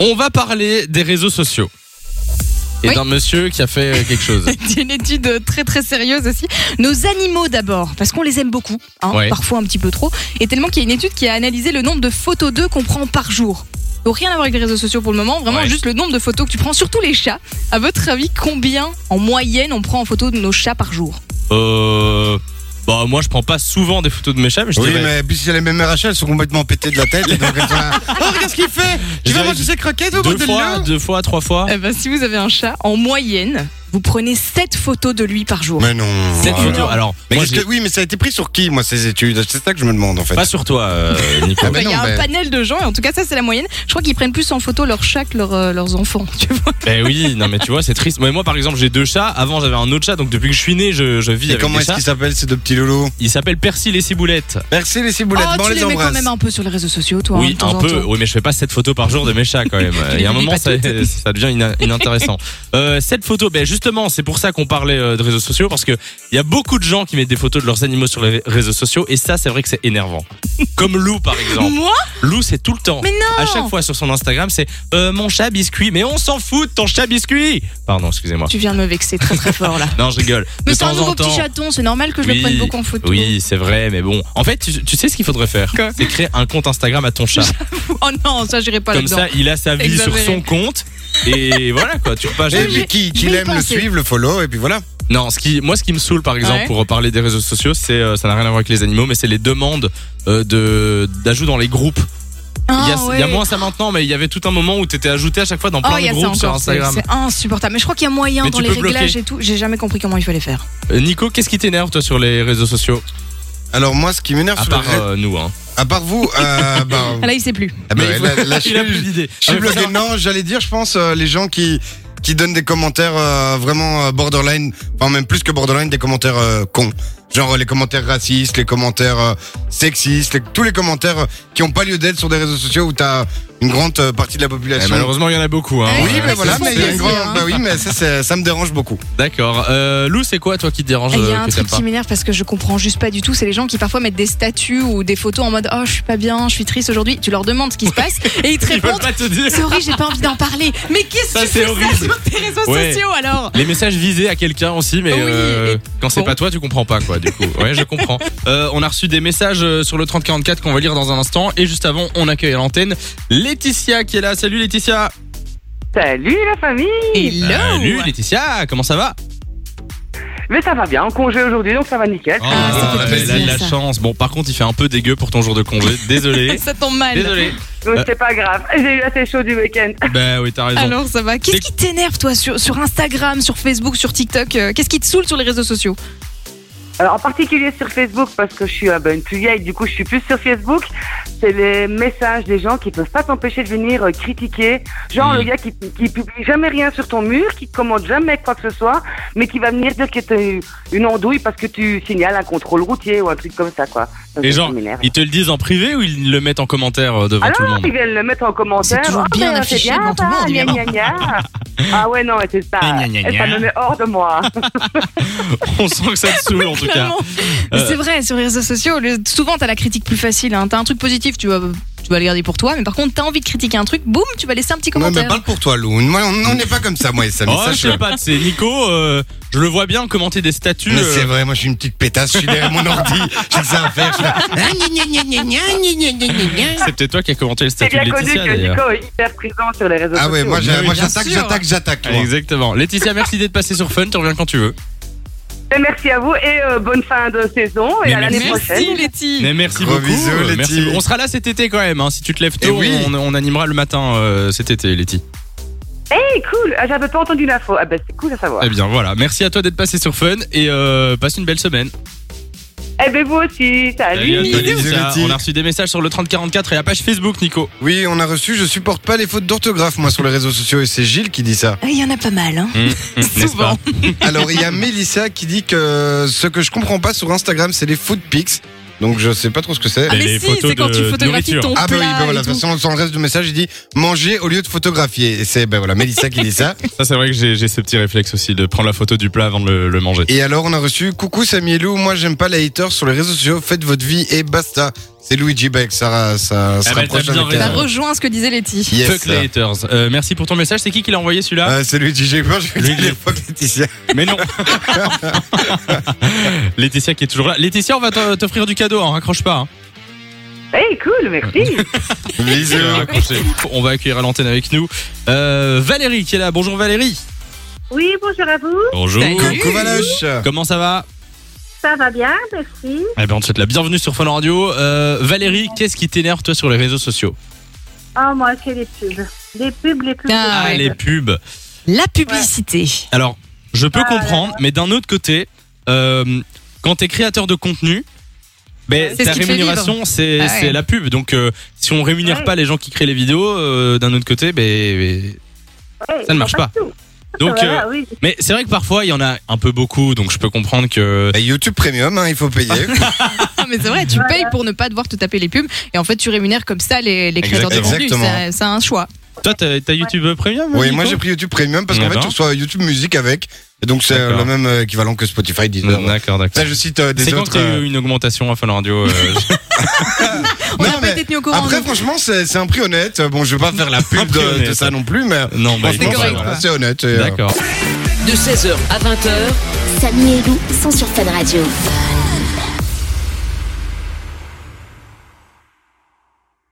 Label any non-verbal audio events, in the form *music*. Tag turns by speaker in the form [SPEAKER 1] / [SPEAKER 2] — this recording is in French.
[SPEAKER 1] On va parler des réseaux sociaux. Et
[SPEAKER 2] Oui.
[SPEAKER 1] d'un monsieur qui a fait euh, quelque
[SPEAKER 2] *laughs*
[SPEAKER 1] chose.
[SPEAKER 2] C'est une étude très très sérieuse aussi. Nos animaux d'abord, parce qu'on les aime beaucoup, hein,
[SPEAKER 1] Ouais.
[SPEAKER 2] parfois un petit peu trop, et tellement qu'il y a une étude qui a analysé le nombre de photos d'eux qu'on prend par jour. Donc rien à voir avec les réseaux sociaux pour le moment, vraiment
[SPEAKER 1] Ouais.
[SPEAKER 2] juste le nombre de photos que tu prends, surtout les chats. À votre avis, combien en moyenne on prend en photo de nos chats par jour
[SPEAKER 1] Euh. Bah, moi, je prends pas souvent des photos de mes chats, mais je
[SPEAKER 3] Oui,
[SPEAKER 1] dirais-
[SPEAKER 3] mais puis si les mêmes RH, elles sont complètement pétées de la tête. et donc elles sont là, *laughs* oh, regarde ce qu'il fait
[SPEAKER 1] Je
[SPEAKER 3] Tu vas
[SPEAKER 1] dirais
[SPEAKER 3] manger ses croquettes au bout
[SPEAKER 1] deux
[SPEAKER 3] de
[SPEAKER 1] fois, deux fois, trois fois.
[SPEAKER 2] Eh ben, Si vous avez un chat, en moyenne, vous prenez 7 photos de lui par jour.
[SPEAKER 3] Mais non
[SPEAKER 1] Cette
[SPEAKER 3] voilà.
[SPEAKER 1] photo. Alors,
[SPEAKER 3] Mais
[SPEAKER 1] moi,
[SPEAKER 3] qu'est-ce
[SPEAKER 1] je
[SPEAKER 3] que- oui, mais ça a été pris sur qui, moi, ces études C'est ça que je me demande, en fait.
[SPEAKER 1] l'ai- pas sur toi, euh,
[SPEAKER 3] *laughs*
[SPEAKER 1] Nico.
[SPEAKER 3] Ah
[SPEAKER 2] Enfin,
[SPEAKER 3] ben
[SPEAKER 2] Il y
[SPEAKER 3] non,
[SPEAKER 2] a un
[SPEAKER 3] ben-
[SPEAKER 2] panel de gens, et en tout cas ça c'est la moyenne. Je crois qu'ils prennent plus en photo leurs chats que leurs, euh, leurs enfants. Tu vois
[SPEAKER 1] Eh oui, non, mais tu vois, c'est triste. Mais moi, par exemple, j'ai deux chats. Avant, j'avais un autre chat, donc depuis que je suis né, je, je vis
[SPEAKER 3] Et
[SPEAKER 1] avec
[SPEAKER 3] comment
[SPEAKER 1] des
[SPEAKER 3] est-ce
[SPEAKER 1] chats.
[SPEAKER 3] qu'ils s'appellent ces deux petits loulous
[SPEAKER 1] Il s'appelle Persil et Ciboulette.
[SPEAKER 3] Merci les ciboulettes,
[SPEAKER 2] Oh,
[SPEAKER 3] bon, on
[SPEAKER 2] tu
[SPEAKER 3] les
[SPEAKER 2] les mets quand
[SPEAKER 3] embrasse.
[SPEAKER 2] même un peu sur les réseaux sociaux, toi. hein,
[SPEAKER 1] oui,
[SPEAKER 2] de temps
[SPEAKER 1] un
[SPEAKER 2] en
[SPEAKER 1] peu.
[SPEAKER 2] temps.
[SPEAKER 1] Oui, mais je fais pas 7 photos par jour de mes chats quand
[SPEAKER 2] *laughs*
[SPEAKER 1] même. Il y a un
[SPEAKER 2] les
[SPEAKER 1] moment,
[SPEAKER 2] publies
[SPEAKER 1] ça,
[SPEAKER 2] pas toutes.
[SPEAKER 1] *laughs* ça devient ina-
[SPEAKER 2] *laughs*
[SPEAKER 1] inintéressant. euh, 7 photos, ben justement, c'est pour ça qu'on parlait euh, de réseaux sociaux parce que il y a beaucoup de gens qui mettent des photos de leurs animaux sur les réseaux sociaux et ça, c'est vrai que c'est
[SPEAKER 2] *laughs*
[SPEAKER 1] énervant. Comme Lou par exemple.
[SPEAKER 2] Moi
[SPEAKER 1] Lou, c'est tout le temps.
[SPEAKER 2] Mais non
[SPEAKER 1] À chaque fois sur son Instagram, c'est euh, mon chat biscuit. Mais on s'en fout de ton chat biscuit. Pardon, excusez-moi.
[SPEAKER 2] Tu viens de me vexer très très fort Oh là.
[SPEAKER 1] Non, je rigole. *laughs*
[SPEAKER 2] Mais
[SPEAKER 1] de
[SPEAKER 2] c'est un
[SPEAKER 1] temps en
[SPEAKER 2] nouveau
[SPEAKER 1] temps.
[SPEAKER 2] petit chaton, c'est normal que je
[SPEAKER 1] Oui,
[SPEAKER 2] le prenne beaucoup en photo.
[SPEAKER 1] Oui, c'est vrai, mais bon. En fait, tu, tu sais ce qu'il faudrait faire
[SPEAKER 2] Quoi
[SPEAKER 1] C'est créer un compte Instagram à ton chat.
[SPEAKER 2] *laughs* Oh non, ça j'irai pas
[SPEAKER 1] Comme
[SPEAKER 2] là-dedans.
[SPEAKER 1] ça, il a sa vie
[SPEAKER 2] Exagéré.
[SPEAKER 1] sur son compte.
[SPEAKER 2] *laughs*
[SPEAKER 1] Et voilà quoi, tu repars.
[SPEAKER 3] Et
[SPEAKER 2] Je vais-
[SPEAKER 3] puis qui,
[SPEAKER 2] je
[SPEAKER 3] qui
[SPEAKER 2] vais y
[SPEAKER 3] l'aime, le
[SPEAKER 2] penser.
[SPEAKER 3] suivre, le follow, et puis voilà.
[SPEAKER 1] Non, ce qui, moi, ce qui me saoule, par exemple,
[SPEAKER 2] Ouais.
[SPEAKER 1] pour parler des réseaux sociaux, c'est, euh, ça n'a rien à voir avec les animaux, mais c'est les demandes euh, de d'ajout dans les groupes.
[SPEAKER 2] Ah,
[SPEAKER 1] il, y a, il y a
[SPEAKER 2] ouais.
[SPEAKER 1] moins ça maintenant, mais il y avait tout un moment où t'étais ajouté à chaque fois dans
[SPEAKER 2] Oh,
[SPEAKER 1] plein
[SPEAKER 2] il y
[SPEAKER 1] de
[SPEAKER 2] a ça
[SPEAKER 1] groupes sur
[SPEAKER 2] encore. c'est-
[SPEAKER 1] Instagram.
[SPEAKER 2] C'est insupportable. Mais je crois qu'il y a moyen
[SPEAKER 1] Mais
[SPEAKER 2] dans
[SPEAKER 1] tu
[SPEAKER 2] les
[SPEAKER 1] peux bloquer.
[SPEAKER 2] réglages et tout. J'ai jamais compris comment il fallait faire.
[SPEAKER 1] Euh, Nico, qu'est-ce qui t'énerve toi sur les réseaux sociaux
[SPEAKER 3] Alors moi, ce qui m'énerve,
[SPEAKER 1] À
[SPEAKER 3] sur le
[SPEAKER 1] part
[SPEAKER 3] ré-
[SPEAKER 1] euh, nous, hein.
[SPEAKER 3] à part vous, euh, bah,
[SPEAKER 2] Ah, Là, il sait plus.
[SPEAKER 3] ah bah,
[SPEAKER 1] Mais il faut- *laughs*
[SPEAKER 3] là- là, je
[SPEAKER 1] il a plus
[SPEAKER 3] suis-
[SPEAKER 1] d'idées.
[SPEAKER 3] je suis
[SPEAKER 1] Ah, mais faut
[SPEAKER 3] bloqué.
[SPEAKER 1] savoir-
[SPEAKER 3] Non, j'allais dire, je pense, euh, les gens qui qui donnent des commentaires euh, vraiment euh, borderline, enfin même plus que borderline, des commentaires euh, cons. Genre euh, les commentaires racistes, les commentaires euh, sexistes, les- tous les commentaires euh, qui n'ont pas lieu d'être sur des réseaux sociaux où t'as une grande euh, partie de la
[SPEAKER 1] Eh,
[SPEAKER 3] population.
[SPEAKER 1] malheureusement, il y en a beaucoup. Hein.
[SPEAKER 2] Ah
[SPEAKER 3] oui,
[SPEAKER 2] Ouais,
[SPEAKER 3] mais
[SPEAKER 2] ça
[SPEAKER 3] voilà,
[SPEAKER 2] fait
[SPEAKER 3] mais il y a une
[SPEAKER 2] plaisir, hein.
[SPEAKER 3] grande- bah oui, mais ça, c'est- ça me dérange beaucoup.
[SPEAKER 1] D'accord. Euh, Lou, c'est quoi toi qui te dérange
[SPEAKER 2] Et Il y
[SPEAKER 1] euh,
[SPEAKER 2] a
[SPEAKER 1] que
[SPEAKER 2] un
[SPEAKER 1] t'aimes
[SPEAKER 2] truc
[SPEAKER 1] pas
[SPEAKER 2] qui m'énerve parce que je comprends juste pas du tout. C'est les gens qui parfois mettent des statues ou des photos en mode Oh, je suis pas bien, je suis triste aujourd'hui. Tu leur demandes ce qui se passe et ils
[SPEAKER 1] *laughs*
[SPEAKER 2] te
[SPEAKER 1] Ils veulent
[SPEAKER 2] répondent
[SPEAKER 1] pas te dire.
[SPEAKER 2] Sorry, j'ai pas envie d'en parler. Mais qu'est-ce
[SPEAKER 1] Ça,
[SPEAKER 2] que tu
[SPEAKER 1] c'est
[SPEAKER 2] fais
[SPEAKER 1] horrible.
[SPEAKER 2] ça sur tes réseaux
[SPEAKER 1] Ouais.
[SPEAKER 2] sociaux alors
[SPEAKER 1] Les messages visés à quelqu'un aussi, mais
[SPEAKER 2] Oui,
[SPEAKER 1] euh,
[SPEAKER 2] et-
[SPEAKER 1] quand c'est
[SPEAKER 2] bon.
[SPEAKER 1] pas toi, tu comprends pas quoi. Du *laughs* coup, ouais, je comprends. Euh, on a reçu des messages euh, sur le 3044 qu'on va lire dans un instant, et juste avant, on accueille à l'antenne Laetitia qui est là. Salut Laetitia.
[SPEAKER 4] Salut la famille
[SPEAKER 2] Hello
[SPEAKER 1] Salut Laetitia, comment ça va
[SPEAKER 4] Mais ça va bien, en congé aujourd'hui, donc ça va nickel.
[SPEAKER 2] Ah, ça fait
[SPEAKER 1] elle
[SPEAKER 2] plaisir,
[SPEAKER 1] a de la
[SPEAKER 2] ça.
[SPEAKER 1] chance. Bon, par contre, il fait un peu dégueu pour ton jour de
[SPEAKER 2] *laughs*
[SPEAKER 1] congé. Désolé.
[SPEAKER 2] Ça tombe mal.
[SPEAKER 1] Désolé.
[SPEAKER 4] Donc
[SPEAKER 1] Euh.
[SPEAKER 4] c'est pas grave, j'ai eu assez chaud du week-end. *laughs*
[SPEAKER 1] Ben oui, t'as raison.
[SPEAKER 2] Alors ça va. Qu'est-ce
[SPEAKER 1] C'est-
[SPEAKER 2] qui t'énerve toi sur, sur Instagram, sur Facebook, sur TikTok euh, Qu'est-ce qui te saoule sur les réseaux sociaux
[SPEAKER 4] Alors en particulier sur Facebook, parce que je suis euh, ben, une plus vieille, du coup je suis plus sur Facebook, c'est les messages des gens qui peuvent pas t'empêcher de venir euh, critiquer. Genre
[SPEAKER 1] Mhm.
[SPEAKER 4] le gars qui, qui publie jamais rien sur ton mur, qui te commande jamais quoi que ce soit, mais qui va venir dire que t'as eu une andouille parce que tu signales un contrôle routier ou un truc comme ça quoi. Donc,
[SPEAKER 1] Et
[SPEAKER 4] ça
[SPEAKER 1] genre,
[SPEAKER 4] m'énerve.
[SPEAKER 1] ils te le disent en privé ou ils le mettent en commentaire euh, devant
[SPEAKER 4] Alors,
[SPEAKER 1] tout le monde
[SPEAKER 4] ils Ah viennent le mettre en commentaire.
[SPEAKER 2] C'est toujours
[SPEAKER 4] Ah,
[SPEAKER 2] bien
[SPEAKER 4] ben,
[SPEAKER 2] affiché
[SPEAKER 4] c'est bien,
[SPEAKER 2] devant tout le
[SPEAKER 4] ça,
[SPEAKER 2] monde,
[SPEAKER 4] gna,
[SPEAKER 2] évidemment.
[SPEAKER 4] gna, gna. Ah ouais, non, mais c'est ça.
[SPEAKER 1] Gna, gna, gna,
[SPEAKER 4] Et ça
[SPEAKER 1] gna.
[SPEAKER 4] me met hors de
[SPEAKER 1] *laughs*
[SPEAKER 4] moi.
[SPEAKER 1] On sent que ça te saoule
[SPEAKER 2] *laughs*
[SPEAKER 1] en tout cas.
[SPEAKER 2] Clairement.
[SPEAKER 1] Euh.
[SPEAKER 2] C'est vrai sur les réseaux sociaux. le- souvent t'as la critique plus facile. Hein. T'as un truc positif, tu vas tu vas le garder pour toi. Mais par contre t'as envie de critiquer un truc, boum, tu vas laisser un petit
[SPEAKER 3] Ouais, mais
[SPEAKER 2] commentaire.
[SPEAKER 3] parle pour toi, Lou. Moi, on on n'est pas comme ça, moi et Sam.
[SPEAKER 1] Oh,
[SPEAKER 3] Ça,
[SPEAKER 1] je sais pas, c'est Nico. euh, je le vois bien commenter des statues.
[SPEAKER 3] Mais
[SPEAKER 1] euh,
[SPEAKER 3] c'est vrai, moi je suis une petite pétasse, je suis derrière mon ordi, j'ai que ça à faire, je suis là.
[SPEAKER 1] C'est peut-être toi qui as commenté le
[SPEAKER 4] C'est
[SPEAKER 1] statut de
[SPEAKER 4] bien connu
[SPEAKER 1] Laetitia
[SPEAKER 4] que
[SPEAKER 1] d'ailleurs.
[SPEAKER 4] Nico est hyper présent sur les réseaux
[SPEAKER 3] Ah ouais,
[SPEAKER 4] sociaux.
[SPEAKER 3] moi j'ai-
[SPEAKER 1] Oui,
[SPEAKER 3] moi,
[SPEAKER 1] bien
[SPEAKER 3] j'attaque,
[SPEAKER 2] sûr.
[SPEAKER 3] j'attaque, j'attaque. moi.
[SPEAKER 1] Exactement. Laetitia, merci d'être passée sur Fun. Tu reviens quand tu veux.
[SPEAKER 4] Et Ben, merci à vous et euh, bonne fin de saison et
[SPEAKER 1] Mais
[SPEAKER 4] à l'année
[SPEAKER 1] merci.
[SPEAKER 4] prochaine.
[SPEAKER 2] Merci Letty.
[SPEAKER 1] Mais merci
[SPEAKER 3] Gros
[SPEAKER 1] beaucoup.
[SPEAKER 3] bisous,
[SPEAKER 1] euh,
[SPEAKER 3] Letty.
[SPEAKER 1] merci beaucoup. On sera là cet été quand même. hein. Si tu te lèves
[SPEAKER 3] Eh
[SPEAKER 1] tôt,
[SPEAKER 3] oui.
[SPEAKER 1] on, on animera le matin euh, cet été, Letty.
[SPEAKER 4] Hey, cool, ah, j'avais pas entendu l'info. Ah ben c'est cool à savoir.
[SPEAKER 1] Eh bien voilà. Merci à toi d'être passée sur Fun et euh, passe une belle semaine.
[SPEAKER 4] Eh ben vous aussi, salut.
[SPEAKER 1] à toi,
[SPEAKER 3] Bisous,
[SPEAKER 1] Laetitia.
[SPEAKER 3] Letty.
[SPEAKER 1] On a reçu des messages sur le 3044 et la page Facebook, Nico.
[SPEAKER 3] Oui, on a reçu, je supporte pas les fautes d'orthographe, moi, sur les réseaux sociaux, et c'est Gilles qui
[SPEAKER 1] *laughs*
[SPEAKER 3] dit ça.
[SPEAKER 2] Ah, Il y en a pas mal. Hein.
[SPEAKER 1] Hum, hum, n'est-ce
[SPEAKER 2] Souvent.
[SPEAKER 1] pas
[SPEAKER 3] Alors, il y a Mélissa qui dit que ce que je comprends pas sur Instagram, c'est les food pics. Donc, je sais pas trop ce que c'est.
[SPEAKER 2] Ah
[SPEAKER 1] Et
[SPEAKER 2] mais
[SPEAKER 1] les
[SPEAKER 2] si,
[SPEAKER 1] photos
[SPEAKER 2] c'est quand
[SPEAKER 1] de
[SPEAKER 2] tu photographies ton
[SPEAKER 3] Ah, bah
[SPEAKER 2] plat.
[SPEAKER 3] oui, bah voilà,
[SPEAKER 2] et
[SPEAKER 3] de
[SPEAKER 2] tout.
[SPEAKER 3] toute façon, dans le reste du message, il dit manger au lieu de photographier. Et c'est, ben voilà, Mélissa qui
[SPEAKER 1] *laughs*
[SPEAKER 3] dit ça.
[SPEAKER 1] Ça, c'est vrai que j'ai j'ai ce petit réflexe aussi de prendre la photo du plat avant de le, le manger.
[SPEAKER 3] Et alors, on a reçu coucou Samy et Lou, moi, j'aime pas les haters sur les réseaux sociaux, faites votre vie et basta. C'est Luigi Beck, ça, ça, ça
[SPEAKER 1] Eh ben,
[SPEAKER 3] rapproche
[SPEAKER 1] t'as bien
[SPEAKER 3] avec
[SPEAKER 2] Ça
[SPEAKER 1] raison.
[SPEAKER 3] elle.
[SPEAKER 2] rejoint Bah, ce que disait
[SPEAKER 3] *laughs*
[SPEAKER 2] Letty.
[SPEAKER 3] Yes.
[SPEAKER 1] Fuck les haters. Euh, merci pour ton message. C'est qui qui l'a envoyé celui-là
[SPEAKER 3] Euh, c'est Luigi, j'ai eu peur, j'ai
[SPEAKER 1] Luigi.
[SPEAKER 3] dit l'époque Laetitia.
[SPEAKER 1] Mais non. *laughs* Laetitia qui est toujours là. Laetitia, on va te- t'offrir du cadeau. hein, raccroche pas. hein.
[SPEAKER 4] Hey, Eh, cool, merci.
[SPEAKER 1] *laughs*
[SPEAKER 3] Bisous.
[SPEAKER 1] Elle a raccroché. Euh, On va accueillir à l'antenne avec nous euh, Valérie qui est là. Bonjour Valérie.
[SPEAKER 5] Oui, bonjour à vous.
[SPEAKER 1] Bonjour.
[SPEAKER 2] Salut.
[SPEAKER 3] Coucou Valoche.
[SPEAKER 1] Comment ça va
[SPEAKER 5] Ça va bien, merci.
[SPEAKER 1] Eh ben, on te souhaite la bienvenue sur Fun Radio. Euh, Valérie, qu'est-ce qui t'énerve toi sur les réseaux sociaux
[SPEAKER 5] Ah, moi, c'est les pubs. Les pubs, les pubs.
[SPEAKER 2] Ah,
[SPEAKER 1] Ah,
[SPEAKER 2] ouais.
[SPEAKER 1] les pubs.
[SPEAKER 2] La publicité.
[SPEAKER 1] Alors, je
[SPEAKER 2] Ah
[SPEAKER 1] peux comprendre, mais d'un autre côté, euh, quand t'es créateur de contenu, ben,
[SPEAKER 2] C'est ce
[SPEAKER 1] ta
[SPEAKER 2] qui te fait
[SPEAKER 1] rémunération, c'est
[SPEAKER 2] Ah ouais.
[SPEAKER 1] c'est la pub. Donc, euh, si on rémunère
[SPEAKER 5] Ouais.
[SPEAKER 1] pas les gens qui créent les vidéos, euh, d'un autre côté, ben, ben,
[SPEAKER 5] Ouais,
[SPEAKER 1] ça ne marche
[SPEAKER 5] c'est tout.
[SPEAKER 1] donc. euh,
[SPEAKER 5] Voilà, oui.
[SPEAKER 1] mais c'est vrai que parfois il y en a un peu beaucoup, donc je peux comprendre que.
[SPEAKER 3] Bah, YouTube Premium, hein, il faut payer.
[SPEAKER 2] Non, mais Ah, c'est vrai, tu payes pour ne pas devoir te taper les pubs. Et en fait, tu rémunères comme ça les, les créateurs de contenu.
[SPEAKER 3] Exactement.
[SPEAKER 2] Ça- C'est un choix.
[SPEAKER 1] Toi, t'as t'as YouTube Premium
[SPEAKER 3] oui,
[SPEAKER 1] Nico
[SPEAKER 3] moi j'ai pris YouTube Premium parce qu'en fait
[SPEAKER 1] D'accord.
[SPEAKER 3] tu reçois YouTube Musique avec. Et donc c'est
[SPEAKER 1] D'accord.
[SPEAKER 3] le même euh, équivalent que Spotify, Deezer.
[SPEAKER 1] D'accord, d'accord.
[SPEAKER 3] Ça, je cite euh,
[SPEAKER 1] C'est
[SPEAKER 3] des
[SPEAKER 1] quand
[SPEAKER 3] autres.
[SPEAKER 1] qu'il y a
[SPEAKER 3] euh,
[SPEAKER 1] eu une augmentation à Fun Radio
[SPEAKER 3] *laughs*
[SPEAKER 1] euh, *laughs*
[SPEAKER 2] On
[SPEAKER 3] Non,
[SPEAKER 2] a
[SPEAKER 3] mais
[SPEAKER 2] peut-être tenu au courant.
[SPEAKER 3] Après,
[SPEAKER 2] nous.
[SPEAKER 3] franchement, c'est c'est un prix honnête. Bon, je vais pas faire la
[SPEAKER 1] Un
[SPEAKER 3] pub
[SPEAKER 1] prix
[SPEAKER 3] de, de
[SPEAKER 1] honnête.
[SPEAKER 3] ça non plus, mais.
[SPEAKER 1] Non, bah,
[SPEAKER 2] correct,
[SPEAKER 3] franchement, c'est-
[SPEAKER 1] voilà.
[SPEAKER 2] quoi.
[SPEAKER 3] voilà, c'est honnête. et, euh,
[SPEAKER 1] D'accord.
[SPEAKER 6] De 16h à 20h,
[SPEAKER 7] Samy et Lou sont sur Fun Radio.